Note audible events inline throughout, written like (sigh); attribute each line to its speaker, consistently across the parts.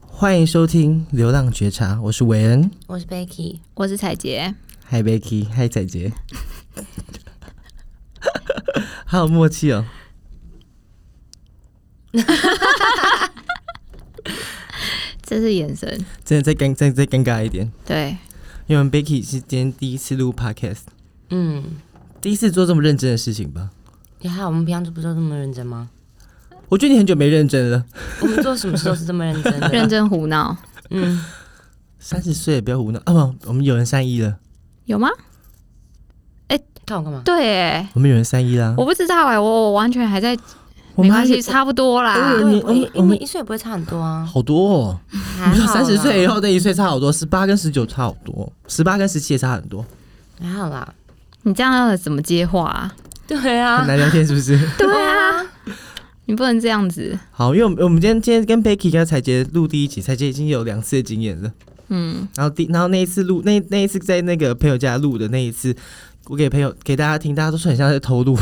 Speaker 1: 欢迎收听《流浪觉察》，我是韦恩，
Speaker 2: 我是 Becky，
Speaker 3: 我是彩杰，
Speaker 1: 嗨 Becky，嗨彩杰， (laughs) 好有默契哦。
Speaker 3: 这是眼神，
Speaker 1: 真的再尴再再尴尬一点，
Speaker 3: 对，
Speaker 1: 因为我们 Becky 是今天第一次录 Podcast，
Speaker 2: 嗯，
Speaker 1: 第一次做这么认真的事情吧？
Speaker 2: 也还好，我们平常就不是都这么认真吗？ (laughs)
Speaker 1: 我觉得你很久没认真了，
Speaker 2: 我们做什么事都是这么认真的， (laughs)
Speaker 3: 认，真胡闹
Speaker 2: 嗯，
Speaker 1: 三十岁也不要胡闹啊！不，我们有人三一了，
Speaker 3: 有吗？
Speaker 2: 看我干嘛？
Speaker 3: 对，哎，
Speaker 1: 我们有人三一啦，
Speaker 2: 哦
Speaker 3: 我不知道哎，我我完全还在，
Speaker 1: 我
Speaker 3: 没
Speaker 1: 们
Speaker 3: 关
Speaker 1: 还嗯
Speaker 3: 系，
Speaker 1: 是
Speaker 3: 差不多啦。
Speaker 1: 对
Speaker 2: 对，
Speaker 1: 你
Speaker 2: 我
Speaker 1: 我们
Speaker 2: 一
Speaker 1: 我
Speaker 2: 我们
Speaker 1: 们
Speaker 2: 一岁也不会差很多啊，
Speaker 1: 好多哦。
Speaker 2: 还好啦
Speaker 1: 三十岁以后那一岁差好多，十八跟十九差好多，十八跟十七也差很多，
Speaker 2: 还好啦，
Speaker 3: 你这样要怎么接话啊？
Speaker 2: 对
Speaker 1: 很
Speaker 2: 啊，
Speaker 1: 难聊天是不是？
Speaker 3: 对啊，你不能这样子，
Speaker 1: 好，因为我们我们今天今天跟 Becky 跟彩杰录第一集，彩杰已经有两次的经验了。
Speaker 3: 嗯，
Speaker 1: 然后第然后那一次录那那一次在那个朋友家录的那一次，我给朋友给大家听，大家都说很像在偷录，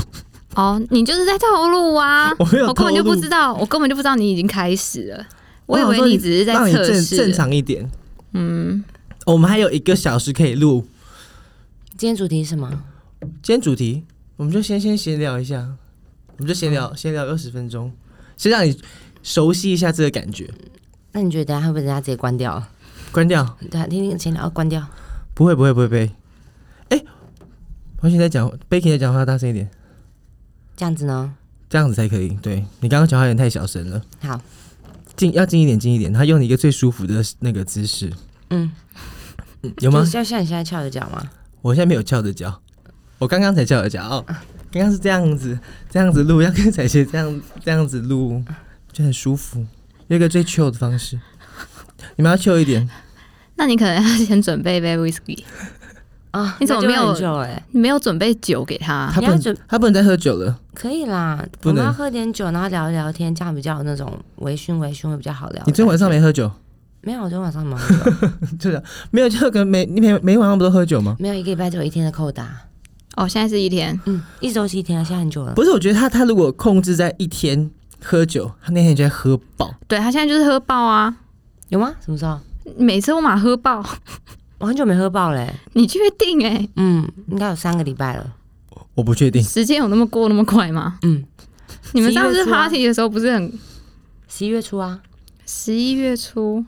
Speaker 3: 哦，你就是在透露啊，
Speaker 1: 我没有
Speaker 3: 我根本就
Speaker 1: 透
Speaker 3: 不
Speaker 1: 露
Speaker 3: 知道，我根本就不知道你已经开始了，我以
Speaker 1: 想说
Speaker 3: 为你只是在
Speaker 1: 让你
Speaker 3: 测
Speaker 1: 正
Speaker 3: 试，
Speaker 1: 正常一点。
Speaker 3: 嗯，
Speaker 1: 我们还有一个小时可以录，
Speaker 2: 今天主题是什么？
Speaker 1: 今天主题我们就先先闲聊一下，我们就闲
Speaker 3: 嗯
Speaker 1: 聊闲聊二十分钟，先让你熟悉一下这个感觉。
Speaker 2: 那你觉得等下会不会人家直接关掉？
Speaker 1: 关掉，
Speaker 2: 对啊，听听闲聊，关掉。
Speaker 1: 不会不会不会被。哎，完全在讲 Becky 在讲话，大声一点，
Speaker 2: 这样子呢？
Speaker 1: 这样子才可以。对你刚刚讲话有点太小声了。
Speaker 2: 好，
Speaker 1: 近要近一点，近一点。他用一个最舒服的那个姿势，
Speaker 2: 嗯，
Speaker 1: 有吗
Speaker 2: 就？像像你现在翘着脚吗？
Speaker 1: 我现在没有翘着脚，我刚刚才翘着脚哦，
Speaker 2: 啊
Speaker 1: 刚刚是这样子，这样子录，要跟彩姐这样这样子录，就很舒服，有一个最 chill 的方式。你们要 chill 一点，
Speaker 3: 那你可能要先准备一杯 whisky，
Speaker 2: 啊，
Speaker 3: 你怎么
Speaker 2: 那就
Speaker 3: 没有
Speaker 2: 很久哎？
Speaker 3: 你没有准备酒给他，
Speaker 1: 他不
Speaker 2: 啊你要
Speaker 1: 能
Speaker 2: 准
Speaker 1: 他不能再喝酒了，
Speaker 2: 可以啦，
Speaker 1: 不
Speaker 2: 我们
Speaker 1: 能
Speaker 2: 要喝点酒，然后聊一聊天，这样比较有那种微醺微醺会比较好聊。
Speaker 1: 你昨天晚上没喝酒， (laughs)
Speaker 2: 没有？我昨天晚上忙着，
Speaker 1: 就是没有就跟每你每每晚上不都喝酒吗？
Speaker 2: 没有一个礼拜只有一天的扣打。
Speaker 3: 哦，现在是一天，
Speaker 2: 嗯，一周期停了，现在很久了。
Speaker 1: 不是，我觉得他他如果控制在一天喝酒，他那天就在喝爆。
Speaker 3: 对他现在就是喝爆啊，
Speaker 2: 有吗？什么时候？
Speaker 3: 每次我马喝爆，
Speaker 2: 我很久没喝爆嘞、
Speaker 3: 你确定哎、
Speaker 2: 嗯，应该有三个礼拜了。
Speaker 1: 我不确定，
Speaker 3: 时间有那么过那么快吗？
Speaker 2: 嗯，
Speaker 3: 你们
Speaker 2: 11
Speaker 3: 上
Speaker 2: 月
Speaker 3: 次
Speaker 2: 初啊
Speaker 3: party 的时候不是很
Speaker 2: 十一月初啊，
Speaker 3: 十一月初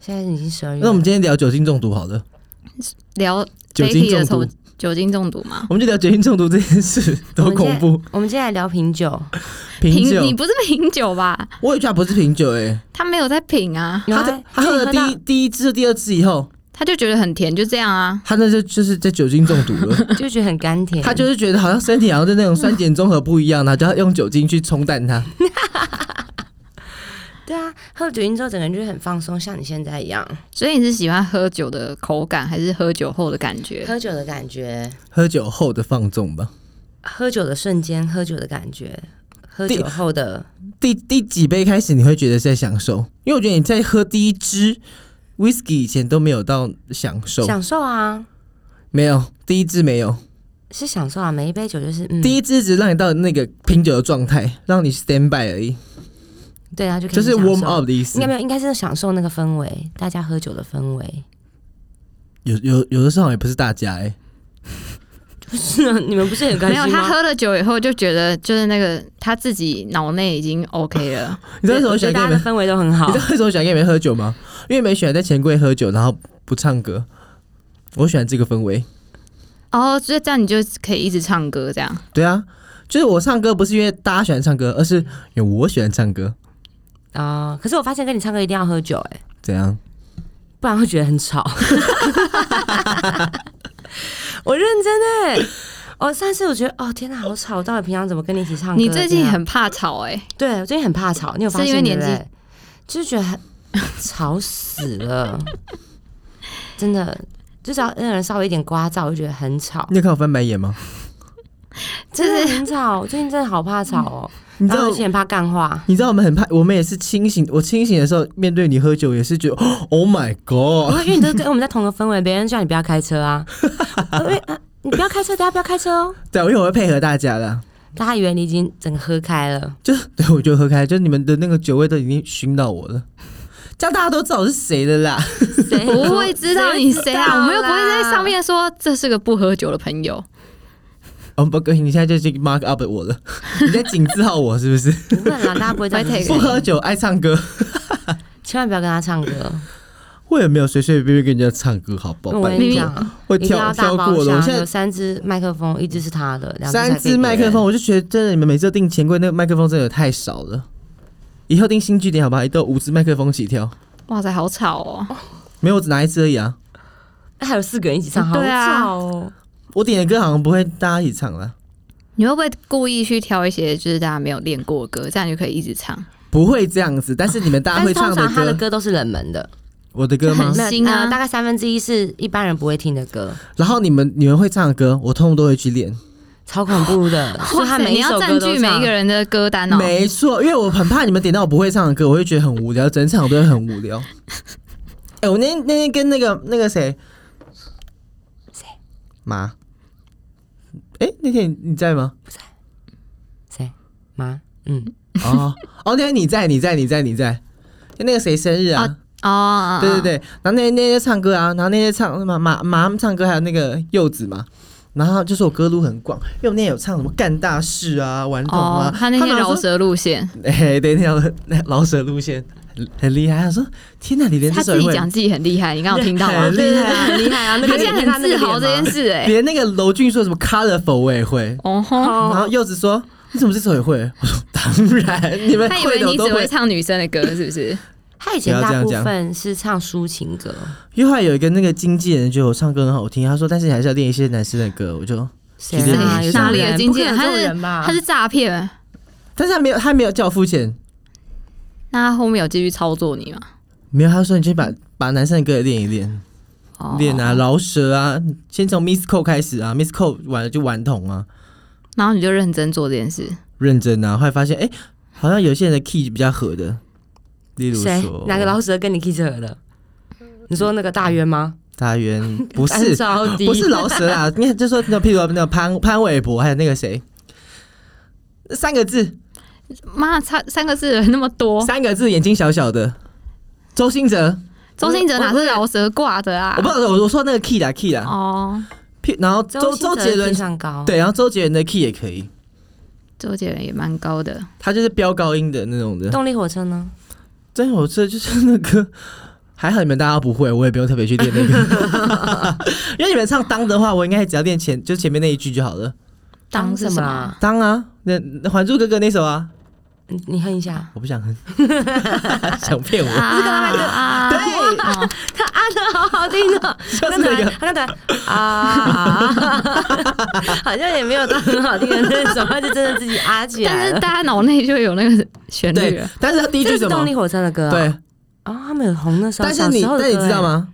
Speaker 2: 现在已经十二月了。
Speaker 1: 那我们今天聊酒精中毒好
Speaker 2: (laughs)
Speaker 1: 了，
Speaker 3: 聊
Speaker 1: 酒
Speaker 3: Becky
Speaker 1: 精中
Speaker 3: 的
Speaker 1: 毒
Speaker 3: 头。酒精中毒吗？
Speaker 1: 我们就聊酒精中毒这件
Speaker 2: (laughs)
Speaker 1: 事，多恐怖！
Speaker 2: 我们今天来聊品酒，
Speaker 1: 品酒，
Speaker 3: 你不是品酒吧？
Speaker 1: 我以为他不是品酒哎、
Speaker 3: 他没有在品啊，
Speaker 1: 他
Speaker 2: 然
Speaker 1: 在
Speaker 2: 后
Speaker 1: 他喝了
Speaker 2: 去你
Speaker 1: 第一第一次、第二次以后，
Speaker 3: 他就觉得很甜，就这样啊。
Speaker 1: 他那就就是在酒精中毒
Speaker 2: (laughs)
Speaker 1: 了。
Speaker 2: 到就觉得很甘甜。
Speaker 1: 他就是觉得好像身体好像在那种酸碱中和不一样，他就要用酒精去冲淡它。
Speaker 2: 对啊，喝了酒精之后，整个人就是很放松，像你现在一样，
Speaker 3: 所以你是喜欢喝酒的口感，还是喝酒后的感觉？
Speaker 2: 喝酒的感觉，
Speaker 1: 喝酒后的放纵吧。
Speaker 2: 喝酒的瞬间，喝酒的感觉，喝
Speaker 1: 第
Speaker 2: 酒后的
Speaker 1: 第第几杯开始你会觉得在享受？因为我觉得你在喝第一支 whisky 以前都没有到享受，
Speaker 2: 享受啊，
Speaker 1: 没有第一支没有，
Speaker 2: 是享受啊。每一杯酒就是嗯，
Speaker 1: 第一支只让你到那个品酒的状态，让你 stand by 而已，
Speaker 2: 对啊，就可以
Speaker 1: 就是 warm
Speaker 2: 享受
Speaker 1: up 的意思
Speaker 2: 应该。没有，应该是享受那个氛围，大家喝酒的氛围。 (laughs)
Speaker 1: 有有有的时候也不是大家哎、
Speaker 2: 不是啊，你们不是很开
Speaker 3: 没
Speaker 2: 心吗？
Speaker 3: 有，他喝了酒以后就觉得，就是那个他自己脑内已经 OK 了。
Speaker 1: 你知道为什么
Speaker 2: 我
Speaker 1: 我
Speaker 2: 觉
Speaker 1: 想跟
Speaker 2: 得大
Speaker 1: 你
Speaker 2: 家
Speaker 1: 们
Speaker 2: 的氛围都很好
Speaker 1: 你知。道为什么我喜欢跟你们喝酒吗？因为你们喜欢在钱柜喝酒，然后不唱歌。我喜欢这个氛围。
Speaker 3: 哦，所以这样你就可以一直唱歌，这样
Speaker 1: 对啊，就是我唱歌不是因为大家喜欢唱歌，而是因为我喜欢唱歌。
Speaker 2: 啊、可是我发现跟你唱歌一定要喝酒、哎，
Speaker 1: 怎样？
Speaker 2: 不然会觉得很
Speaker 3: (laughs)
Speaker 2: 吵。我认真哎、哦，上次我觉得，哦天哪，好吵！我到底平常怎么跟你一起唱歌？
Speaker 3: 你最近
Speaker 2: 天哪
Speaker 3: 很怕吵哎、
Speaker 2: 对我最近很怕吵，你有发现
Speaker 3: 是因为
Speaker 2: 对不
Speaker 3: 年纪
Speaker 2: 对就是觉得很吵死了， (laughs) 真的，就只要那个人稍微一点刮噪，我就觉得很吵，
Speaker 1: 你有看我翻白眼吗？
Speaker 2: 真的很吵。我最近真的好怕吵哦，
Speaker 3: 嗯
Speaker 1: 你知
Speaker 2: 然后
Speaker 1: 道
Speaker 2: 而且很怕干
Speaker 3: (laughs)
Speaker 2: 话。
Speaker 1: 你知道我们很怕，我们也是清醒。我清醒的时候面对你喝酒，也是觉得 Oh my
Speaker 2: 不
Speaker 1: God，
Speaker 2: (laughs) 会，因为你都跟我们在同个氛围，别人叫你不要开车
Speaker 3: (laughs)
Speaker 2: 啊，因为、啊、你不要开车，大家不要开车哦。
Speaker 1: 对，我一会儿会配合大家的。
Speaker 2: 大家以为你已经整个喝开了，
Speaker 1: 就是对我就喝开，就是你们的那个酒味都已经熏到我了。这样大家都知道我是谁的啦。
Speaker 2: 谁
Speaker 3: 不会知道你谁啊？我们又不会在上
Speaker 2: 面。
Speaker 3: 面说这是个不喝酒的朋友。
Speaker 1: 哦，不，哥，你现在就是 mark up 我了，你在井字号我是不是？
Speaker 2: 不会啦，大家不会再
Speaker 1: (laughs)
Speaker 3: Take
Speaker 1: 不喝酒，爱唱歌，
Speaker 2: 千万不要跟他唱歌，
Speaker 1: (laughs) 我也没有随随便便跟人家唱歌，好不
Speaker 2: 因为
Speaker 1: 好？
Speaker 2: 我
Speaker 1: 拜
Speaker 2: 跟
Speaker 1: 托
Speaker 2: 你讲，
Speaker 1: 会
Speaker 2: 一定
Speaker 1: 跳
Speaker 2: 要
Speaker 1: 跳
Speaker 2: 大包
Speaker 1: 过了，我
Speaker 2: 厢，
Speaker 1: 现
Speaker 2: 有
Speaker 1: 在。
Speaker 2: 三支麦克风，一支是他的，两
Speaker 1: 三
Speaker 2: 支才
Speaker 1: 支
Speaker 2: 给别
Speaker 1: 麦克
Speaker 2: 人
Speaker 1: 风，。我就觉得真的你们每次都定钱柜那个麦克风真的太少了。以后定新据点好不好？都有五支麦克风起跳，
Speaker 3: 哇塞，好吵哦！
Speaker 1: 没有我只拿一支而已啊。
Speaker 2: 哎还有四个人一起唱，好
Speaker 3: 对啊
Speaker 2: 吵哦！
Speaker 1: 我点的歌好像不会大家一起唱啦，
Speaker 3: 你会不会故意去挑一些就是大家没有练过的歌，这样你就可以一直唱？
Speaker 1: 不会这样子。但是你们大
Speaker 2: 但
Speaker 1: 家会
Speaker 2: 是
Speaker 1: 唱
Speaker 2: 通
Speaker 1: 的
Speaker 2: 常他的
Speaker 1: 歌，嗯
Speaker 2: 歌都是冷门的，
Speaker 1: 我的歌吗
Speaker 3: 很？
Speaker 2: 没有
Speaker 3: 新啊
Speaker 2: 呃大概三分之一是一般人不会听的歌，
Speaker 1: 然后你们你们会唱的歌，我通通都会去练。
Speaker 2: 超恐怖的。所以他每
Speaker 3: 你
Speaker 2: 一
Speaker 3: 要
Speaker 2: 首
Speaker 3: 占
Speaker 2: 歌都
Speaker 3: 据每一
Speaker 2: 唱
Speaker 3: 个。人的歌单哦。
Speaker 1: 没错，因为我很怕你们点到我不会唱的歌，我会觉得很无聊，整场都会很无
Speaker 3: (laughs)
Speaker 1: 聊。哎、我那天那天跟那个那个谁谁妈，哎、那天你你在
Speaker 3: (laughs)
Speaker 1: 吗？
Speaker 2: 谁？妈？嗯，
Speaker 1: 哦哦，那天你在，你在，你在，你在。那个谁生日啊？
Speaker 3: 哦，
Speaker 1: 对对对，然后那天那天唱歌啊，然后那天唱马马马他们唱歌，还有那个柚子嘛，然后就说我歌路很广，因为我们那天有唱什么干大事啊、顽童啊
Speaker 3: 哦，，他那
Speaker 1: 们
Speaker 3: 些
Speaker 1: 还
Speaker 3: 饶
Speaker 1: 说
Speaker 3: 舌路线，
Speaker 1: 哎、对，那条那老舍路线很很厉害。他说：“天哪，你连这
Speaker 3: 他
Speaker 1: 首
Speaker 3: 自
Speaker 1: 也
Speaker 3: 己
Speaker 1: 会，
Speaker 3: 讲自己很厉害，你刚刚有听到吗
Speaker 1: 很？厉害啊
Speaker 2: 很厉害啊！那
Speaker 3: 他
Speaker 2: 个
Speaker 3: 现在很自豪这件
Speaker 2: 事。
Speaker 3: 事哎。
Speaker 1: 连那个娄俊说什么 colorful 我也会。
Speaker 3: 哦吼，
Speaker 1: 然后柚子说：“你怎么这首也会？”我说：“当然，你们
Speaker 3: 他以
Speaker 1: 会
Speaker 3: 为
Speaker 1: 的我
Speaker 3: 你
Speaker 1: 都
Speaker 3: 只会
Speaker 1: 会。
Speaker 3: 唱女生的歌，是不是？
Speaker 2: 他以前
Speaker 1: 不要这
Speaker 2: 大
Speaker 1: 样
Speaker 2: 部
Speaker 1: 讲
Speaker 2: 分是唱抒情歌，”
Speaker 1: 因为后来有一个那个经纪人觉得我唱歌很好听，他说：“但是你还是要练一些男生的歌。”我就，
Speaker 2: 谁
Speaker 1: 谁
Speaker 2: 啊？有这种
Speaker 3: 哪里有
Speaker 2: 人
Speaker 3: 经纪人
Speaker 2: 不可能有这种
Speaker 3: 他是
Speaker 2: 人吧
Speaker 3: 他是诈骗，
Speaker 1: 但是他没有，他没有叫我付钱，
Speaker 3: 那他后面有继续操作你吗？
Speaker 1: 没有。他说：“你去把把男生的歌也练一练，
Speaker 3: 哦
Speaker 1: 练啊，饶舌啊，先从 Miss Cole 开始啊，Miss Cole 完了就顽童啊，
Speaker 3: 然后你就认真做这件事。
Speaker 1: 认真啊。”后来发现，哎、好像有些人的 key 比较合的，例如
Speaker 2: 谁
Speaker 1: 说？
Speaker 2: 哪个老蛇跟你 kiss 合了？你说那个大渊吗？
Speaker 1: 大
Speaker 2: (laughs)
Speaker 1: 圆不
Speaker 2: 安
Speaker 1: 是
Speaker 2: 超低
Speaker 1: 不是老舍
Speaker 2: (laughs)
Speaker 1: 啊，你看就说那譬如说那潘潘玮柏，还有那个谁，三个字
Speaker 3: 妈，差三个字人那么多，
Speaker 1: 三个字眼睛小小的，周兴哲，
Speaker 3: 周星哲哪是饶舌挂的啊
Speaker 1: 我不？知道我我说那个 key 啦 key 啦，
Speaker 3: 哦，
Speaker 1: 譬然后周
Speaker 2: 周
Speaker 1: 周杰伦
Speaker 2: 上高，
Speaker 1: 对，然后周杰伦的 key 也可以，
Speaker 3: 周杰伦也蛮高的，
Speaker 1: 他就是飙高音的那种的。
Speaker 2: 动力火车呢？
Speaker 1: 真火车就是那个， (laughs) 还好你们大家不会，我也不用特别去练那个， (laughs) 因为你们唱当的话，我应该只要练前就前面那一句就好了。
Speaker 2: 当
Speaker 3: 是
Speaker 2: 什么啊？
Speaker 1: 当啊，那那《还珠格格》那首啊，
Speaker 2: 你你哼一下，
Speaker 1: 我不想哼， (laughs) 想骗我。
Speaker 3: 啊啊！ (laughs) 对，
Speaker 2: 他按的好好听 (laughs) 哦，
Speaker 1: 就是那个
Speaker 2: 他那个啊啊， (laughs) 好像也没有到很好听的那种，他就真的自己啊起
Speaker 3: 但
Speaker 2: 来
Speaker 3: 是
Speaker 2: 了。
Speaker 3: 大家脑内就有那个旋律
Speaker 1: 对
Speaker 3: 了。，
Speaker 1: 但是他第一
Speaker 2: 这
Speaker 1: 句
Speaker 2: 是
Speaker 1: 什
Speaker 2: 动
Speaker 1: 么
Speaker 2: 力？火车的歌啊，
Speaker 1: 对，
Speaker 2: 啊，他们有红那时候，
Speaker 1: 但是你
Speaker 2: 小时候的
Speaker 1: 但你
Speaker 2: 歌
Speaker 1: 知道
Speaker 2: 欸？
Speaker 1: 吗？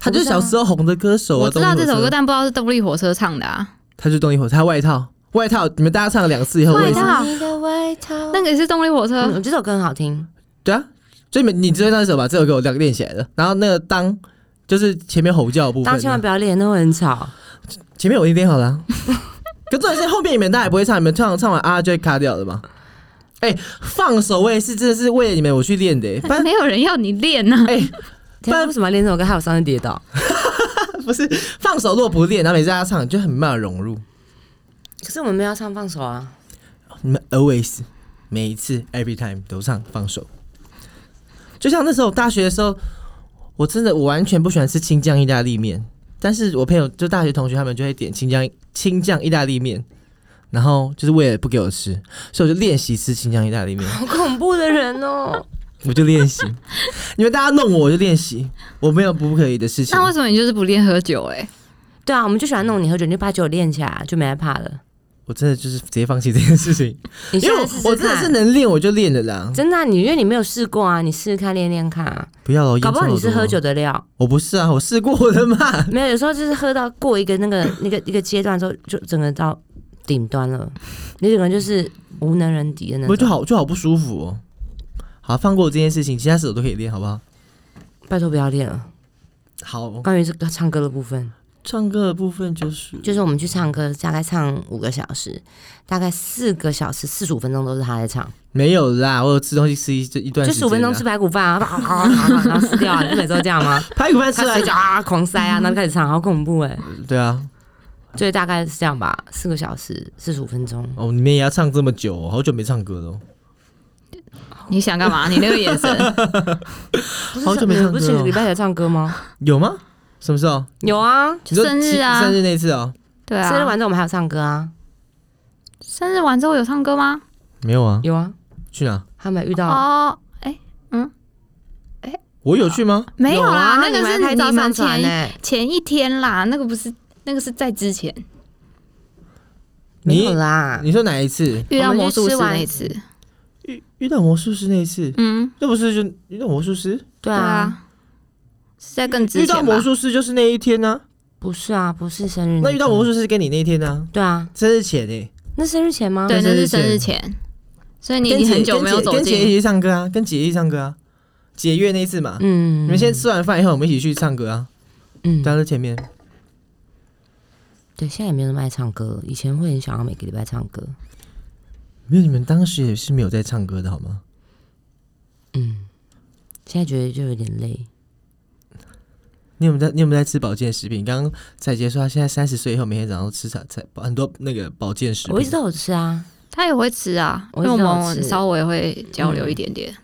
Speaker 1: 他就是
Speaker 2: 我不知道
Speaker 1: 小时候红的歌手啊，
Speaker 3: 我知道这首
Speaker 1: 动力火
Speaker 3: 歌，
Speaker 1: 车，
Speaker 3: 但不知道是动力火车唱的啊。
Speaker 1: 他就是动力火车，他外套外套，你们大家唱了两次以后，我
Speaker 3: 外
Speaker 1: 也
Speaker 3: 套
Speaker 1: 是
Speaker 2: 你的哎外套，
Speaker 3: 那个也是动力火车，
Speaker 2: 嗯，这首歌很好听，
Speaker 1: 对啊，所以你们你知道那首吧？这首歌我两个练起来了，然后那个当就是前面吼叫的部
Speaker 2: 大家
Speaker 1: 分啊
Speaker 2: 千万
Speaker 1: 呢，
Speaker 2: 不要练，那会很吵。
Speaker 1: 前面我已经练好了啊， (laughs) 可重点是后面你们大家也不会唱，你们唱唱完啊就会卡掉的嘛。哎，放手我也是真的是为了你们我去练的，欸不然
Speaker 3: 没有人要你练啊呢。
Speaker 2: (laughs)
Speaker 1: 哎
Speaker 2: 天啊，为什么要练这首歌？还有上次跌倒，
Speaker 1: 不是放手若不练，然后每次大家唱就很没办法融入。
Speaker 2: 可是我们没有唱放手啊。
Speaker 1: 你们 always 每一次 every time 都唱放手。就像那时候我大学的时候，我真的我完全不喜欢吃青酱意大利面，但是我朋友就大学同学他们就会点青酱青酱意大利面，然后就是为了不给我吃，所以我就练习吃青酱意大
Speaker 2: (laughs)
Speaker 1: 利面，
Speaker 2: (laughs) 好恐怖的人哦！
Speaker 1: 我就练习。你们大家弄我，我就练习，我没有不可以的事情
Speaker 3: 那。为什么你就是不练喝酒？哎，
Speaker 2: 对啊，我们就喜欢弄你喝酒，你就把酒练起来，就没害怕了。
Speaker 1: 我真的就是直接放弃这件事情，
Speaker 2: 你
Speaker 1: 因
Speaker 2: 现
Speaker 1: 为
Speaker 2: 在
Speaker 1: 我
Speaker 2: 试
Speaker 1: 我
Speaker 2: 试
Speaker 1: 真的是
Speaker 2: 看，
Speaker 1: 能练我就练的啦。
Speaker 2: 真的啊、你因为你没有试过啊，你试试看练练看啊，
Speaker 1: 不要了，我烟
Speaker 2: 搞不
Speaker 1: 抽
Speaker 2: 好你
Speaker 1: 好
Speaker 2: 是
Speaker 1: 多
Speaker 2: 喝酒，的料。
Speaker 1: 我不是啊，我试过的嘛。
Speaker 2: 没有，有时候就是喝到过一个那个 (laughs) 那个一个阶段之后，就整个到顶端了，你整个就是无能人敌的那
Speaker 1: 不就
Speaker 2: 种。
Speaker 1: 好就好不舒服哦。好，放过这件事情，其他事我都可以练，好不好？
Speaker 2: 拜托不要练了。
Speaker 1: 好，
Speaker 2: 关于这个唱歌的部分，
Speaker 1: 唱歌的部分就是
Speaker 2: 就是我们去唱歌，大概唱五个小时，大概四个小时四十五分钟都是他在唱，
Speaker 1: 没有啦，我有吃东西吃一这一段
Speaker 2: 就
Speaker 1: 时间
Speaker 2: 十五
Speaker 1: 啊，
Speaker 2: 分钟吃排骨饭啊，啊啊 (laughs) 啊然后撕掉啊，你不每次都这
Speaker 1: (laughs)
Speaker 2: 样吗？
Speaker 1: 排骨饭吃
Speaker 2: 他
Speaker 1: 完
Speaker 2: 水，饺啊狂塞啊，然后就开始唱，好恐怖哎、
Speaker 1: 对啊，
Speaker 2: 就是大概是这样吧，四个小时四十五分钟。
Speaker 1: 哦，你们也要唱这么久哦、好久没唱歌了哦。
Speaker 3: 你想干嘛？你那个眼神，
Speaker 2: 不是
Speaker 1: 好久没
Speaker 2: 你
Speaker 1: 唱歌
Speaker 2: 不是前
Speaker 1: 了
Speaker 2: 个礼拜才唱歌吗？
Speaker 1: 有吗？什么时候？
Speaker 2: 有啊，
Speaker 1: 你说
Speaker 3: 生日
Speaker 1: 七
Speaker 3: 啊
Speaker 1: 生日那次哦，
Speaker 3: 对啊，
Speaker 2: 生日完之后我们还有唱歌啊，
Speaker 3: 生日完之后有唱歌吗？
Speaker 1: 没有啊？
Speaker 2: 有啊，
Speaker 1: 去哪？
Speaker 2: 他们遇到
Speaker 3: 哦，哎，
Speaker 1: 我有去吗？
Speaker 3: 没有啦，
Speaker 2: 啊
Speaker 3: 那个
Speaker 2: 你们
Speaker 3: 是
Speaker 2: 还拍照
Speaker 3: 你们
Speaker 2: 上传呢、欸
Speaker 3: 前前一天啦，那个不是，那个是在之前
Speaker 2: 没
Speaker 1: 你
Speaker 2: 有啦，
Speaker 1: 你说哪一次？
Speaker 3: 遇到魔术师
Speaker 2: 我们
Speaker 3: 那
Speaker 2: 去
Speaker 3: 一
Speaker 2: 吃
Speaker 3: 次
Speaker 2: 完，
Speaker 1: 遇遇到魔术师那一次，
Speaker 3: 嗯，
Speaker 1: 那不是就遇到魔术师？
Speaker 2: 对
Speaker 3: 对
Speaker 2: 啊，
Speaker 3: 啊，是在更
Speaker 1: 遇
Speaker 3: 之
Speaker 1: 到
Speaker 3: 前
Speaker 1: 魔
Speaker 3: 吧？
Speaker 1: 术师就是那一天呢、
Speaker 2: 不是啊，不是生日，
Speaker 1: 那遇到魔，术师跟你那一天呢、
Speaker 3: 嗯
Speaker 2: 对啊，
Speaker 1: 生日前欸诶、
Speaker 2: 那生日前吗？
Speaker 3: 对，那是
Speaker 1: 生
Speaker 3: 生
Speaker 1: 日
Speaker 3: 日
Speaker 1: 前
Speaker 3: 前，所以你已
Speaker 1: 跟
Speaker 3: 经
Speaker 1: 姐
Speaker 3: 很久没有走
Speaker 1: 跟姐跟姐一
Speaker 3: 进。
Speaker 1: 起唱歌啊，跟姐一起唱歌啊，解约那一次嘛。
Speaker 2: 嗯，
Speaker 1: 你们先吃完饭以后，我们一起去唱歌啊，
Speaker 2: 嗯，
Speaker 1: 在这前面。
Speaker 2: 对，现在也没有那么爱唱歌了，以前会很想要每个礼拜唱歌，
Speaker 1: 没有，你们当时也是没有在唱歌的好吗？
Speaker 2: 嗯，现在觉得就有点累。
Speaker 1: 你有没有在？你有没有在吃保健食品？刚刚彩杰说她现在三十岁以后，每天早上都吃彩彩很多那个保健食品。
Speaker 2: 我一直都有吃啊，
Speaker 3: 他也会吃啊，因
Speaker 2: 我
Speaker 3: 为
Speaker 2: 知道
Speaker 3: 我
Speaker 2: 吃
Speaker 3: 们稍微会交流一点点，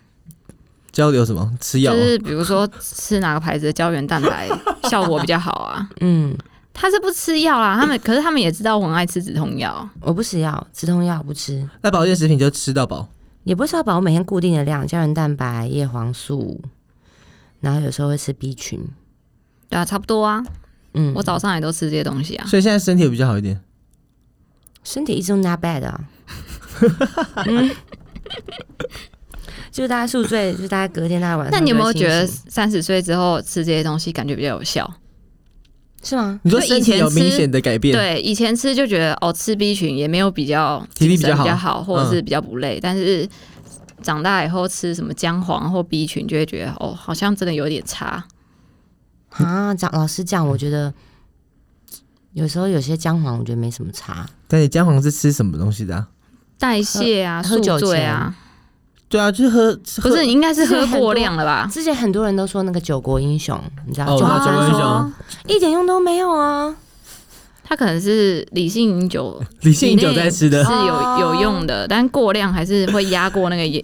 Speaker 1: 交流什么？吃药
Speaker 3: 就
Speaker 1: 啊、
Speaker 3: 是比如说吃哪个牌子的胶原蛋白效果比较好啊。
Speaker 2: 嗯，
Speaker 3: 他是不吃药啦，他们可是他们也知道我很爱吃止痛药，
Speaker 2: 我不吃药，止痛药不吃，
Speaker 1: 那保健食品就吃到饱。
Speaker 2: 也不是要把我每天固定的量，胶原蛋白、叶黄素，然后有时候会吃 B 群，
Speaker 3: 对啊，差不多啊。
Speaker 2: 嗯，
Speaker 3: 我早上也都吃这些东西啊。
Speaker 1: 所以现在身体有比较好一点。
Speaker 2: 身体一直都 not bad
Speaker 3: (laughs)
Speaker 2: 啊。嗯就是大概宿醉，就是大概隔天大概晚上。
Speaker 3: 那你有没有觉得三十岁之后吃这些东西感觉比较有效？
Speaker 2: 是吗？
Speaker 1: 你说
Speaker 3: 就以
Speaker 1: 身体
Speaker 3: 前
Speaker 1: 有明
Speaker 3: 吃
Speaker 1: 显的改变？
Speaker 3: 对，以前吃就觉得哦，吃 B 群也没有比较
Speaker 1: 体力比
Speaker 3: 精
Speaker 1: 较
Speaker 3: 神
Speaker 1: 好嗯
Speaker 3: 比较好，或者是比较不累。但是长大以后吃什么姜黄或 B 群，就会觉得哦，好像真的有点差。
Speaker 2: 啊，讲老实讲，我觉得有时候有些姜黄，我觉得没什么差。
Speaker 1: 但你姜黄是吃什么东西的、啊？
Speaker 3: 代谢啊，
Speaker 2: 喝
Speaker 3: 宿
Speaker 2: 酒
Speaker 3: 醉啊，
Speaker 1: 对啊，就是喝
Speaker 3: 不是你应该是喝过量了吧？
Speaker 2: 之前很多人都说那个九国英雄，你知道，
Speaker 1: 哦我
Speaker 2: 九
Speaker 1: 知
Speaker 2: 国
Speaker 1: 道九国英雄
Speaker 2: 说一点用都没有啊。
Speaker 3: 他可能是理性饮酒
Speaker 1: (laughs) 理性饮酒在吃的
Speaker 3: 是。
Speaker 2: 哦
Speaker 3: 有有用的，但过量还是会压过那个
Speaker 2: (laughs)
Speaker 3: 也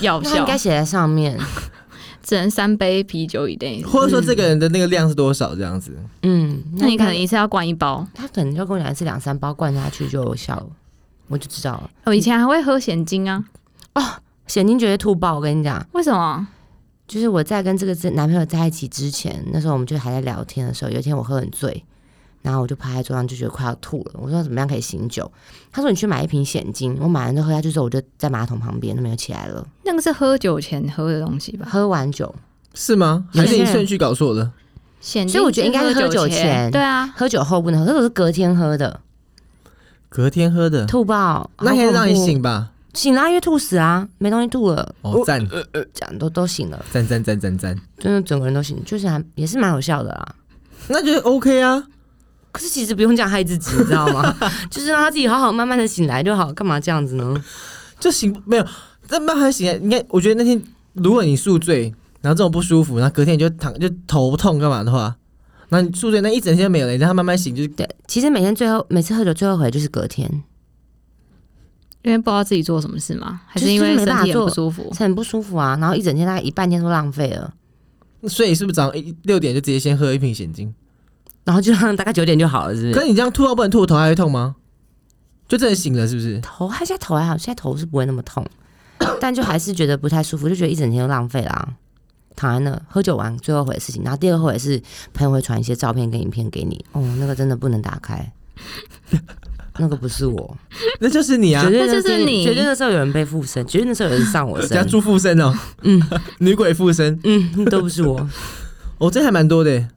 Speaker 3: 药
Speaker 2: 那应
Speaker 3: 效
Speaker 2: 该，写在上面。
Speaker 3: 只能三杯啤酒以
Speaker 2: 哦
Speaker 3: 内。
Speaker 1: 或者说这个人的那个量是多少这样子？
Speaker 2: 嗯，
Speaker 3: 那你
Speaker 2: 应该
Speaker 3: 可能一次要灌一包。
Speaker 2: 他可能就跟我讲一次两三包灌下去就有效了，我就知道了。
Speaker 3: 哦我以前还会喝咸精啊，
Speaker 2: 显金绝对吐爆，我跟你讲。
Speaker 3: 为什么？
Speaker 2: 就是我在跟这个男朋友在一起之前，那时候我们就还在聊天的时候，有一天我喝很醉，然后我就趴在桌上就觉得快要吐了。我说怎么样可以醒酒？他说你去买一瓶显精。我买完之后喝下去之后，我就在马桶旁边都没有起来了。
Speaker 3: 那个是喝酒前喝的东西吧？
Speaker 2: 喝完酒，
Speaker 1: 是吗？
Speaker 2: 有
Speaker 1: 还
Speaker 2: 些
Speaker 1: 是你
Speaker 2: 人
Speaker 1: 顺序搞错了？
Speaker 3: 咸精
Speaker 2: 所以我觉得应该是
Speaker 3: 是
Speaker 2: 喝酒
Speaker 3: 酒
Speaker 2: 前
Speaker 3: 对啊，
Speaker 2: 喝酒后不能喝，这个是隔天喝的，
Speaker 1: 隔天喝的，
Speaker 2: 吐爆。
Speaker 1: 那可以
Speaker 2: 好恐怖
Speaker 1: 让你，醒吧？
Speaker 2: 醒了因为吐死啊，没东西吐了。
Speaker 1: 哦，
Speaker 2: 我
Speaker 1: 赞
Speaker 2: 讲都都醒了，
Speaker 1: 赞赞赞赞赞，
Speaker 2: 真的整个人都醒，就是还也是蛮有效的啦。
Speaker 1: 那就 OK 啊。
Speaker 2: 可是其实不用这样害自己，你知道
Speaker 1: (laughs)
Speaker 2: 吗？就是让他自己好好慢慢的醒来就好，干嘛这样子呢？
Speaker 1: 就醒没有，这慢慢醒来。啊应该我觉得那天如果你宿醉，然后这种不舒服，然后隔天你就躺就头痛干嘛的话，那你宿醉那一整天没有了，你让他慢慢醒，就是
Speaker 2: 对，其实每天最后每次喝酒最后悔就是隔天，
Speaker 3: 因为不知道自己做什么事嘛，还
Speaker 2: 就是
Speaker 3: 因为
Speaker 2: 是没
Speaker 3: 身
Speaker 2: 办法
Speaker 3: 体很
Speaker 2: 做
Speaker 3: 不舒服。
Speaker 2: 很不舒服啊，然后一整天大概一半天都浪费了，
Speaker 1: 所以你是不是早上一六点就直接先喝一瓶显精？
Speaker 2: 然后就让大概九点就好了，是不
Speaker 1: 可
Speaker 2: 是？
Speaker 1: 是你这样吐到不能吐，头还会痛吗？就真的醒了是不是？
Speaker 2: 头还现在头还好，现在头是不会那么痛，但就还是觉得不太舒服，就觉得一整天都浪费啦、躺在那喝酒完最后悔的事情，然后第二后悔是朋友会传一些照片跟影片给你，哦，那个真的不能打开，那个不
Speaker 1: (laughs)
Speaker 2: 是我，
Speaker 1: (laughs) 那就是你啊
Speaker 2: 绝，对
Speaker 3: 那就是
Speaker 2: 那
Speaker 3: 你
Speaker 2: 绝对那时候有人被附身，绝对那时候有人上
Speaker 1: (laughs)
Speaker 2: 我
Speaker 1: 人家
Speaker 2: 身，
Speaker 1: 住附身哦，
Speaker 2: 嗯
Speaker 1: (laughs) 女鬼附身，
Speaker 2: 嗯，都不
Speaker 1: (laughs)
Speaker 2: 是我，
Speaker 1: 哦，这还蛮多的耶。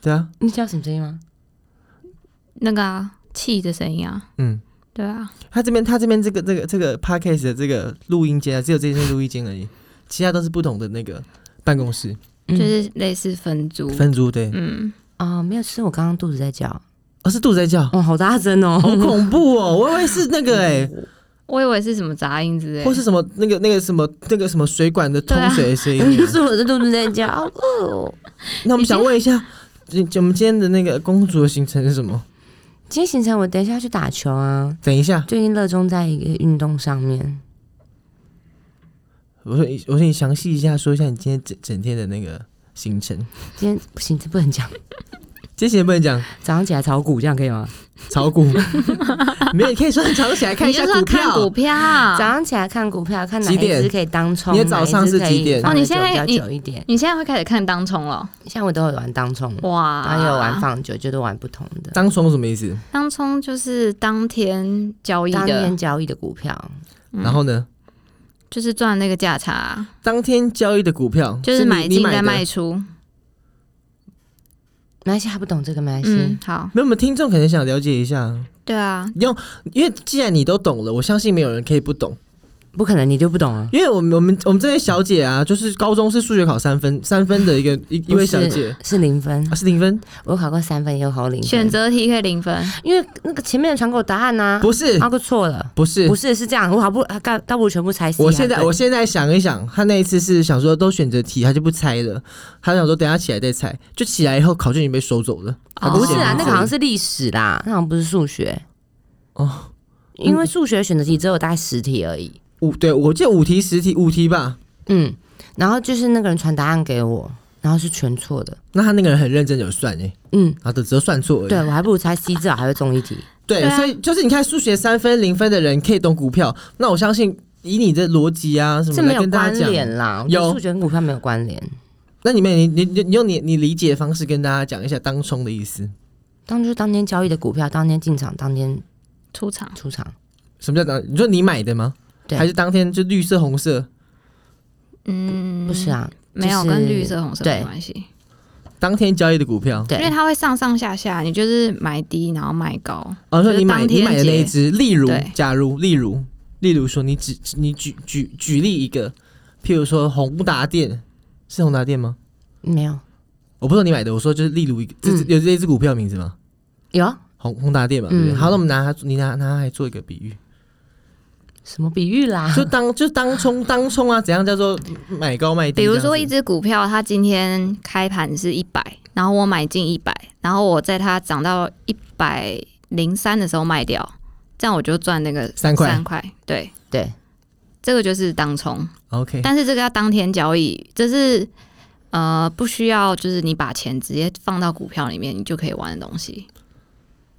Speaker 1: 对啊，
Speaker 2: 你知道什么声音吗？
Speaker 3: 那个啊，气的声音啊，
Speaker 1: 嗯，
Speaker 3: 对啊，
Speaker 1: 他这边他这边这个这个这个 (laughs) podcast 的这个录音间啊，只有这间录音间而已，其他都是不同的那个办公室。
Speaker 2: 嗯
Speaker 3: 就是类似分租，
Speaker 1: 分租对，
Speaker 3: 嗯，
Speaker 2: 啊、没有，是我刚刚肚子在叫，
Speaker 1: 哦是肚子在叫，
Speaker 2: 哦，好大声哦，
Speaker 1: 好恐怖哦！我以为是那个哎，
Speaker 3: 我以为是什么杂音之类
Speaker 1: 或，是什么那个那个什么那个什么水管的通水的声音。
Speaker 2: (laughs)
Speaker 1: 啊
Speaker 2: 是我的肚子在叫，好饿哦。
Speaker 1: 那我们想问一下，今我们今天的那个公主的行程是什么？
Speaker 2: 今天行程我等一下去打球啊，
Speaker 1: 等一下，
Speaker 2: 最近热衷在一个运动上面。
Speaker 1: 我说你我说你详细一下说一下你今天整整天的那个行程。
Speaker 2: 今天不行，这不能讲。 (laughs)
Speaker 1: 这些不能讲
Speaker 2: 早上起来炒股，这样可以吗？
Speaker 1: 炒股，没有，你可以说你早上起来看一
Speaker 3: 你
Speaker 1: 下
Speaker 3: 就是要
Speaker 1: 股
Speaker 3: 看
Speaker 1: 票
Speaker 3: 股。票，
Speaker 2: (laughs)
Speaker 3: 啊
Speaker 2: 早上起来看股票，看哪一
Speaker 1: 几点
Speaker 2: 只可以当冲，
Speaker 1: 你的早上是
Speaker 2: 哪一只
Speaker 1: 几点
Speaker 2: 可以放
Speaker 3: 哦
Speaker 2: 得
Speaker 3: 你
Speaker 2: 久
Speaker 3: 现在
Speaker 2: 比较
Speaker 3: 你
Speaker 2: 久一点，
Speaker 3: 你现在会开始看当冲了，
Speaker 2: 像我都有玩当冲，
Speaker 3: 哇，
Speaker 2: 然后也有玩放久，就是玩不同的。
Speaker 1: 当冲什么意思？
Speaker 3: 当冲就是当天交易
Speaker 2: 当
Speaker 3: 的
Speaker 2: 天，交易的股票，
Speaker 3: 嗯
Speaker 1: 然后呢？
Speaker 3: 就是赚那个价差，啊
Speaker 1: 当天交易的股票
Speaker 3: 就是
Speaker 1: 你
Speaker 3: 买
Speaker 1: 你
Speaker 3: 进
Speaker 1: 买
Speaker 3: 再
Speaker 1: 的
Speaker 3: 卖出。
Speaker 2: 没关系，他不懂这个没关系
Speaker 3: 嗯。，好，
Speaker 1: 没有，我们听众可能想了解一下，
Speaker 3: 对啊，
Speaker 1: 因为既然你都懂了，我相信没有人可以不懂。
Speaker 2: 不可能，你就不懂啊。
Speaker 1: 因为我们我们我们这位小姐啊，就是高中是数学考三分三分的一个一一
Speaker 2: 不
Speaker 1: 位
Speaker 2: 是
Speaker 1: 小姐
Speaker 2: 是零分
Speaker 1: 啊，，是零分，
Speaker 2: 我考过三分，也有考过零分。
Speaker 3: 选，择题可以零分，
Speaker 2: 因为那个前面的传给我答案呢，
Speaker 1: 不是
Speaker 2: 阿哥错了，
Speaker 1: 不是
Speaker 2: 啊不。是是这样，我好不啊，倒倒不如全部猜 C 啊。
Speaker 1: 我现在
Speaker 2: 对
Speaker 1: 我现在想一想，她那一次是想说都选择题，她就不猜了，她想说等下起来再猜，就起来以后考卷已经被收走了。她
Speaker 3: 哦
Speaker 2: 不是
Speaker 1: 写
Speaker 2: 啊，
Speaker 1: 名字
Speaker 2: 那个好像是历史啦，那好像不是数学，
Speaker 1: 哦，
Speaker 2: 因为数学选择题只有大概十题而已。
Speaker 1: 五对我记得五题十题五题吧，
Speaker 2: 嗯，然后就是那个人传答案给我，然后是全错的。
Speaker 1: 那她那个人很认真有算哎、欸，
Speaker 2: 嗯，
Speaker 1: 然后只只有算错而已。
Speaker 2: 对我还不如猜 C，至少还会中一题。
Speaker 1: 对，
Speaker 3: 对啊
Speaker 1: 所以就是你看数学三分零分的人可以懂股票，那我相信以你的逻辑啊什
Speaker 2: 这
Speaker 1: 么
Speaker 2: 没
Speaker 1: 来
Speaker 2: 有
Speaker 1: 跟大
Speaker 2: 关
Speaker 1: 家讲，
Speaker 2: 联啦，我觉得
Speaker 1: 有
Speaker 2: 数学跟股票没有关联。
Speaker 1: 那你们你你你你用你你理解的方式跟大家讲一下当冲的意思，
Speaker 2: 当就是当天交易的股票，当天进场，当天
Speaker 3: 出场
Speaker 2: 出场。
Speaker 1: 什么叫当？你说你买的吗？
Speaker 2: 对
Speaker 1: 还是当天就绿色红色？
Speaker 2: 不是啊，
Speaker 3: 嗯没有
Speaker 2: 就是
Speaker 3: 跟绿色红色
Speaker 2: 对
Speaker 3: 没关系，
Speaker 1: 当天交易的股票，
Speaker 3: 因为
Speaker 2: 对，
Speaker 3: 它会上上下下，你就是买低然后卖高，
Speaker 1: 哦，说
Speaker 3: 就是
Speaker 1: 你买
Speaker 3: 当天
Speaker 1: 你买的那一只，例如
Speaker 3: 对，
Speaker 1: 假如，例如，例如说，你举你举举举例一个，譬如说宏达电，是宏达电吗？
Speaker 2: 没有
Speaker 1: 我不知道你买的，我说就是例如一个，这
Speaker 2: 嗯
Speaker 1: 有这只股票名字吗？
Speaker 2: 有啊
Speaker 1: 宏宏达电嘛，对不对？
Speaker 2: 嗯
Speaker 1: 好，那我们拿它，你拿拿它来做一个比喻，
Speaker 2: 什么比喻
Speaker 3: 嗯
Speaker 2: 啦？
Speaker 1: 就当就当冲当冲啊，怎样叫做买高卖低
Speaker 3: 比
Speaker 1: 这样
Speaker 3: 如
Speaker 1: 子？
Speaker 3: 说一只股票，它今天开盘是一百，然后我买进一百，然后我在它涨到一百零三的时候卖掉，这样我就赚那个
Speaker 1: 三块
Speaker 3: 三块，对，
Speaker 2: 对，
Speaker 3: 这个就是当冲，
Speaker 1: ，OK，
Speaker 3: 但是这个要当天交易，这是呃不需要，就是你把钱直接放到股票里面，你就可以玩的东西。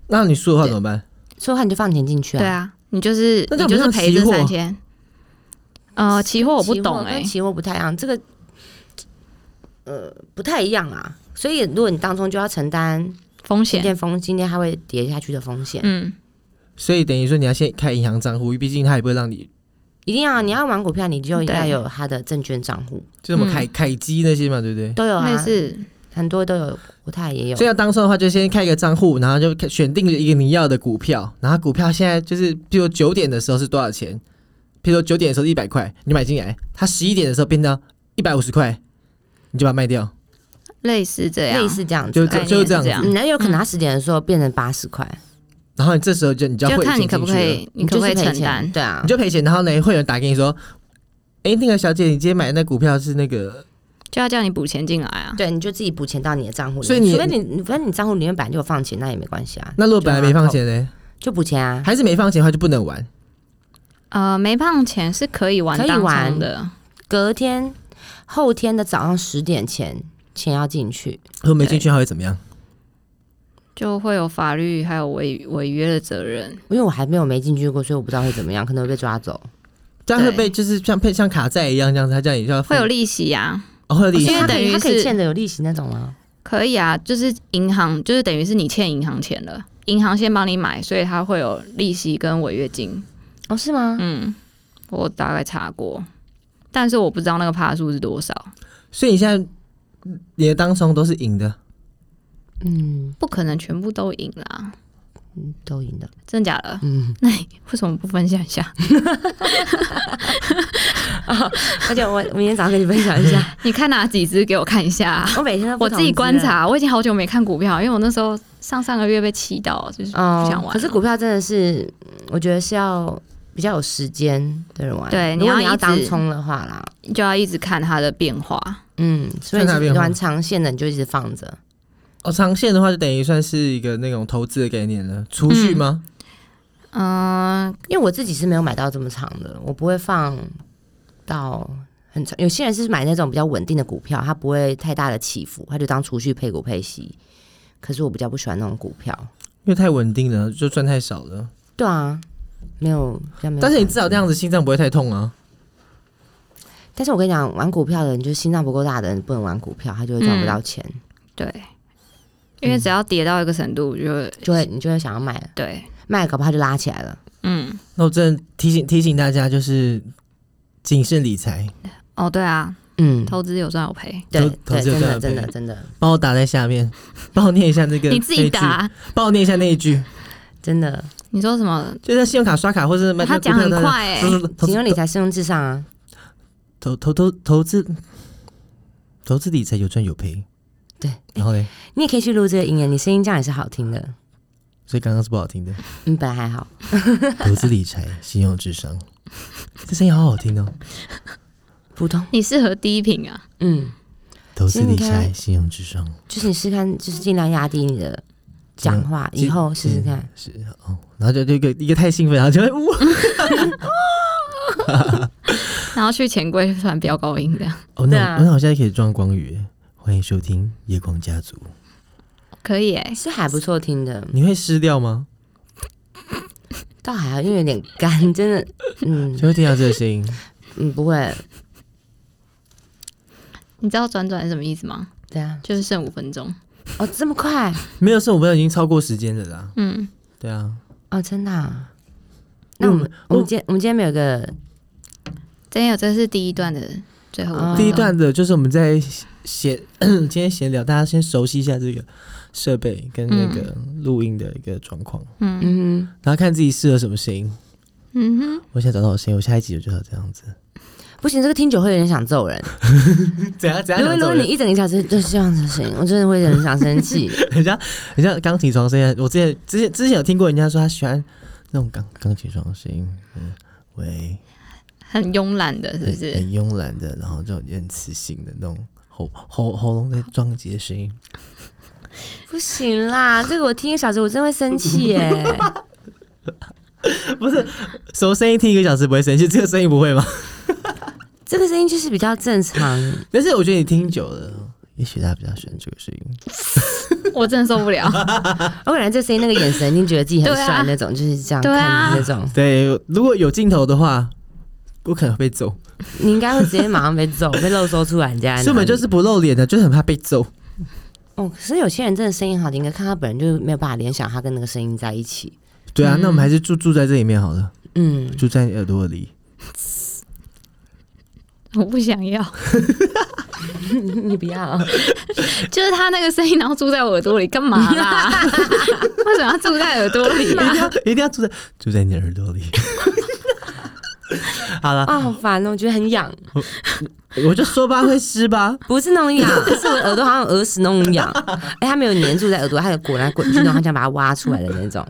Speaker 1: 那你输的话怎么办？
Speaker 2: 说话你就放钱进去
Speaker 3: 对
Speaker 2: 啊。
Speaker 3: 啊，你就是
Speaker 1: 那
Speaker 3: 你
Speaker 1: 这
Speaker 3: 就
Speaker 1: 不
Speaker 3: 是
Speaker 1: 像
Speaker 3: 赔
Speaker 1: 期
Speaker 3: 这
Speaker 1: 货
Speaker 3: 三千。呃，期货我不懂哎、
Speaker 2: 哎，期货不太一样，这个呃不太一样啊。所以如果你当中就要承担
Speaker 3: 风
Speaker 2: 今
Speaker 3: 险。
Speaker 2: 天风，今天它会跌下去的风险，
Speaker 3: 嗯，
Speaker 1: 所以等于说你要先开银行账户，毕竟他也不会让你
Speaker 2: 一定要你要玩股票，你就
Speaker 3: 对
Speaker 2: 要有它的证券账户，
Speaker 1: 就什么
Speaker 3: 嗯
Speaker 1: 凯、凯基那些嘛，对不对？
Speaker 2: 都有
Speaker 3: 那
Speaker 2: 啊，
Speaker 3: 是
Speaker 2: 很多都有，国泰也有
Speaker 1: 所以。要当冲的话，就先开一个账户，然后就选定一个你要的股票，然后股票现在就是，譬如九点的时候是多少钱？譬如说九点的时候是一百块，你买进来，它十一点的时候变到一百五十块，你就把它卖掉，
Speaker 3: 类似这样，
Speaker 2: 类似这样
Speaker 1: 就
Speaker 2: 子，
Speaker 1: 这
Speaker 3: 概念
Speaker 1: 就是这样
Speaker 3: 啊是这样
Speaker 1: 子。
Speaker 2: 嗯，那有可能它十点的时候变成八十块，
Speaker 1: 然后你这时候就你就要
Speaker 3: 就
Speaker 1: 汇
Speaker 3: 看
Speaker 1: 钱
Speaker 3: 你可
Speaker 1: 进
Speaker 3: 不
Speaker 1: 去
Speaker 3: 可
Speaker 1: 了，
Speaker 3: 以，你可不可以
Speaker 2: 就是赔
Speaker 3: 承
Speaker 2: 钱
Speaker 3: 担？
Speaker 2: 对啊
Speaker 1: 你，就赔钱。然后呢，会有人打给你说：“哎、那个小姐，你今天买的那股票是那个
Speaker 3: 就要叫你补钱进来啊。
Speaker 2: 对，你就自己补钱到你的账户里面。
Speaker 1: 所以你
Speaker 2: 除非你，除非你账户里面本来就有放钱，那也没关系啊。
Speaker 1: 那如果本来没放钱呢，
Speaker 2: 就补钱啊，
Speaker 1: 还是没放钱的话就不能玩。”
Speaker 3: 呃，没胖钱是可以玩
Speaker 2: 可以
Speaker 3: 当冲
Speaker 2: 玩
Speaker 3: 的，
Speaker 2: 隔天、后天的早上十点前钱要进去，
Speaker 1: 如果没进去，还会怎么样？
Speaker 3: 就会有法律还有违违约的责任。
Speaker 2: 因为我还没有没进去过，所以我不知道会怎么样，可能会被抓走。
Speaker 1: 这样会
Speaker 3: 对
Speaker 1: 被就是像配像卡债一样这样子，他这样也叫
Speaker 3: 会有利息呀、
Speaker 1: 哦会有利
Speaker 3: 因
Speaker 1: 息
Speaker 3: 为
Speaker 2: 所以他可以
Speaker 3: 等于
Speaker 2: 他可以
Speaker 3: 是
Speaker 2: 欠着有利息那种吗？
Speaker 3: 可以啊，就是银行，就是等于是你欠银行钱了，银行先帮你买，所以它会有利息跟违约金。
Speaker 2: 哦，是吗？
Speaker 3: 嗯，我大概查过，但是我不知道那个趴数是多少，
Speaker 1: 所以你现在嗯你的当冲都是赢的，
Speaker 2: 嗯，
Speaker 3: 不可能全部都赢啦。
Speaker 2: 嗯都赢的。
Speaker 3: 真的假的？ (laughs)
Speaker 2: 嗯，
Speaker 3: 那你为什么不分享一下？
Speaker 2: 而且我我明天早上跟你分享一
Speaker 3: (laughs)
Speaker 2: 下，
Speaker 3: 你看哪几只给我看一下、啊 (laughs)
Speaker 2: 我每天都
Speaker 3: 我
Speaker 2: 不同
Speaker 3: 自己观
Speaker 2: 只了。
Speaker 3: 察，我已经好久没看股票，因为我那时候上上个月被气到，就是不想玩
Speaker 2: 哦
Speaker 3: 了。
Speaker 2: 可是股票真的是，嗯我觉得是要比较有时间的人玩。
Speaker 3: 对
Speaker 2: 如果
Speaker 3: 你要
Speaker 2: 你要
Speaker 3: 一直
Speaker 2: 当冲的话啦，
Speaker 3: 就要一直看它的变化。
Speaker 2: 嗯，所以
Speaker 1: 看它
Speaker 2: 你
Speaker 1: 变化
Speaker 2: 玩长线的你就一直放着。
Speaker 1: 哦，长线的话就等于算是一个那种投资的概念了，储蓄吗？
Speaker 3: 嗯，
Speaker 2: 因为我自己是没有买到这么长的，我不会放到很长。有些人是买那种比较稳定的股票，它不会太大的起伏，它就当储蓄配股配息。可是我比较不喜欢那种股票。
Speaker 1: 因为太稳定了，就赚太少了。
Speaker 2: 对啊，没有，比较没有。
Speaker 1: 但是你至少这样子心脏不会太痛啊。
Speaker 2: 但是我跟你讲，玩股票的人，就是心脏不够大的人不能玩股票，他就会赚不到钱，
Speaker 1: 嗯
Speaker 3: 对，因为只要跌到一个程度，就
Speaker 2: 就会你就会想要卖了，
Speaker 3: 对，
Speaker 2: 卖了搞不好他就拉起来了。
Speaker 3: 嗯，
Speaker 1: 那我真的提醒提醒大家，就是谨慎理财，
Speaker 3: 哦，对啊，
Speaker 2: 嗯，
Speaker 3: 投资有赚有赔，
Speaker 2: 对
Speaker 1: 投
Speaker 2: 对，
Speaker 1: 投资有
Speaker 2: 真的
Speaker 1: 赚有
Speaker 2: 真
Speaker 1: 赔
Speaker 2: 的真的
Speaker 1: 帮我打在下面， (laughs) 帮我念一下那个，
Speaker 3: 你自己，打。啊
Speaker 1: 帮我念一下那一句，
Speaker 2: 真的，
Speaker 3: 你说什么？
Speaker 1: 就像信用卡刷卡或是买
Speaker 3: 他讲很快哎、
Speaker 1: 投资
Speaker 2: 请用理财适用至上啊。
Speaker 1: 投投投投资投资理财有赚有赔，
Speaker 2: 对，
Speaker 1: 然后嘞，
Speaker 2: 你也可以去录这个音乐，你声音这样也是好听的。
Speaker 1: 所以刚刚是不好听
Speaker 2: (laughs)
Speaker 1: 的，
Speaker 2: 嗯，本来还好，
Speaker 1: 投资理财信用智商，这声音好好听哦，
Speaker 2: 普通。
Speaker 3: 你适合低频啊，
Speaker 2: 嗯，
Speaker 1: 投资理
Speaker 2: 其实你
Speaker 1: 财
Speaker 2: 看
Speaker 1: 信用智商，
Speaker 2: 就是你试试看，就是尽量压低你的讲
Speaker 3: 嗯
Speaker 2: 话，
Speaker 1: 尽
Speaker 2: 以后试试看。
Speaker 1: 是哦，然后就就一个一个太兴奋，然后就会呜。
Speaker 3: 然后去钱柜突然飙高音这样，
Speaker 1: 哦，
Speaker 2: 对
Speaker 1: 那
Speaker 2: 啊
Speaker 1: 我那我现在可以装光宇耶，欢迎收听夜光家族。
Speaker 3: (laughs) 可以哎、
Speaker 2: 是还不错听的，
Speaker 1: 你会湿掉吗？
Speaker 2: 倒还好，因为有点干，真的，嗯
Speaker 1: 就会听到这个声音。
Speaker 2: 嗯，不会，
Speaker 3: 你知道转转是什么意思吗？
Speaker 2: 对啊，
Speaker 3: 就是剩五分钟。
Speaker 2: 哦，这么快，
Speaker 1: (laughs) 没有，是我们已经超过时间了啦。
Speaker 3: 嗯，
Speaker 1: 对啊，
Speaker 2: 哦，真的、啊。那我们
Speaker 3: 哦
Speaker 2: 我们今天我们今天没有一个
Speaker 3: 真有，这是第一段的最后五分钟
Speaker 2: 哦
Speaker 1: 第一段的就是我们在闲 (coughs) 今天闲聊，大家先熟悉一下这个设备跟那个录音的一个状况，
Speaker 3: 嗯
Speaker 2: 嗯
Speaker 1: 然后看自己适合什么声音。
Speaker 3: 嗯哼，
Speaker 1: 我现在找到我声音，我下一集我就要这
Speaker 3: (laughs)
Speaker 1: 样子。
Speaker 2: 哼，不行，这个听久会有点想揍人。
Speaker 1: 怎样怎
Speaker 2: 如果如果你一整个小时就是这样子的声音，我真的会很想生
Speaker 3: (laughs)
Speaker 2: 气。
Speaker 1: 很像很像钢琴床声音。我之前之前之前有听过人家说他喜欢那种钢钢琴床的声音，嗯，喂。
Speaker 3: 很慵懒的，是不
Speaker 1: 很很
Speaker 3: 是？
Speaker 1: 慵懒的，然后就很磁性的那种喉喉喉咙在撞击的 (laughs) 声音。
Speaker 2: 不行啦，这个我听一个小时，我真的会生气耶、
Speaker 3: (laughs)
Speaker 1: 什么声音听一个小时不会生气？ (laughs) 这个声音不会吗？
Speaker 2: 这个声音就是比较正常，
Speaker 1: 但是我觉得你听久了，也许他比较喜欢这个声音。
Speaker 3: 我真的受不了。
Speaker 2: 我本来这声音那个眼神，一定觉得自己很
Speaker 3: 对
Speaker 2: 帅
Speaker 3: 啊
Speaker 2: 那种，就是这样
Speaker 3: 对啊
Speaker 2: 看你那种，
Speaker 1: 对，如果有镜头的话，我可能会被揍。
Speaker 2: 你应该会直接马上被揍，被露搜出来人家在哪里。
Speaker 1: 所以我们就是不露脸的，就是很怕被揍。
Speaker 2: 哦，可是有些人真的声音好听，可看他本人就没有办法联想他跟那个声音在一起。
Speaker 1: 对啊，那我们还是住住在这里面好了，
Speaker 2: 嗯，
Speaker 1: 住在你耳朵 (laughs) 里。
Speaker 3: 我不想要，
Speaker 2: (laughs)
Speaker 3: (laughs)
Speaker 2: 你不要，
Speaker 3: 就是他那个声音，然后住在我耳朵里，干嘛啦？ (laughs) 为什么要住在耳朵里
Speaker 1: (laughs) 一定
Speaker 3: 啊？ (laughs)
Speaker 1: 要一定要住在住在你耳朵 (laughs) 里。好了，
Speaker 2: 啊，好烦哦，我觉得很痒，
Speaker 1: 我就说吧，会湿 (laughs) 吧。
Speaker 2: 不是那种痒， (laughs) 是我耳朵好像有耳屎那种痒，哎，它没有粘住在耳朵，它有滚来滚去，然后它想把它挖出来的那种，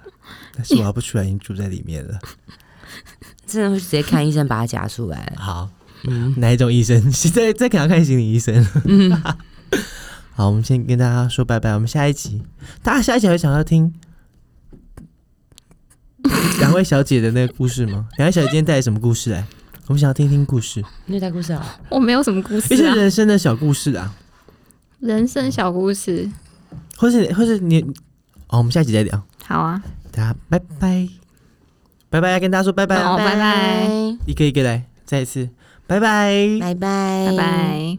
Speaker 1: 但是挖不出来，已经住在里面了。
Speaker 2: 真的会直接看医生把它夹出来。
Speaker 1: 好，哪一种医生？ (laughs) 这这可能要看心理医生。
Speaker 3: 嗯
Speaker 1: (laughs) 好，我们先跟大家说拜拜，我们下一集，大家下一集会想要
Speaker 3: (laughs)
Speaker 1: 听两位小姐的那个故事吗？两位小姐今天带来什么故事来？我们想要听听故事，
Speaker 2: 你有带故事哦？
Speaker 3: 我没有什么故
Speaker 1: (laughs) 一
Speaker 3: 事
Speaker 1: 些
Speaker 3: 啊，
Speaker 1: 人生的小故事啊，
Speaker 3: 人生小故事。
Speaker 1: 或是或是你哦，我们下一集再聊，
Speaker 3: 好啊，
Speaker 1: 大家拜拜，拜拜，要跟大家说拜拜，
Speaker 3: 好
Speaker 1: 哦，
Speaker 3: 拜拜
Speaker 1: 一个一个来，再一次，拜拜
Speaker 2: 拜拜，
Speaker 3: 拜。拜。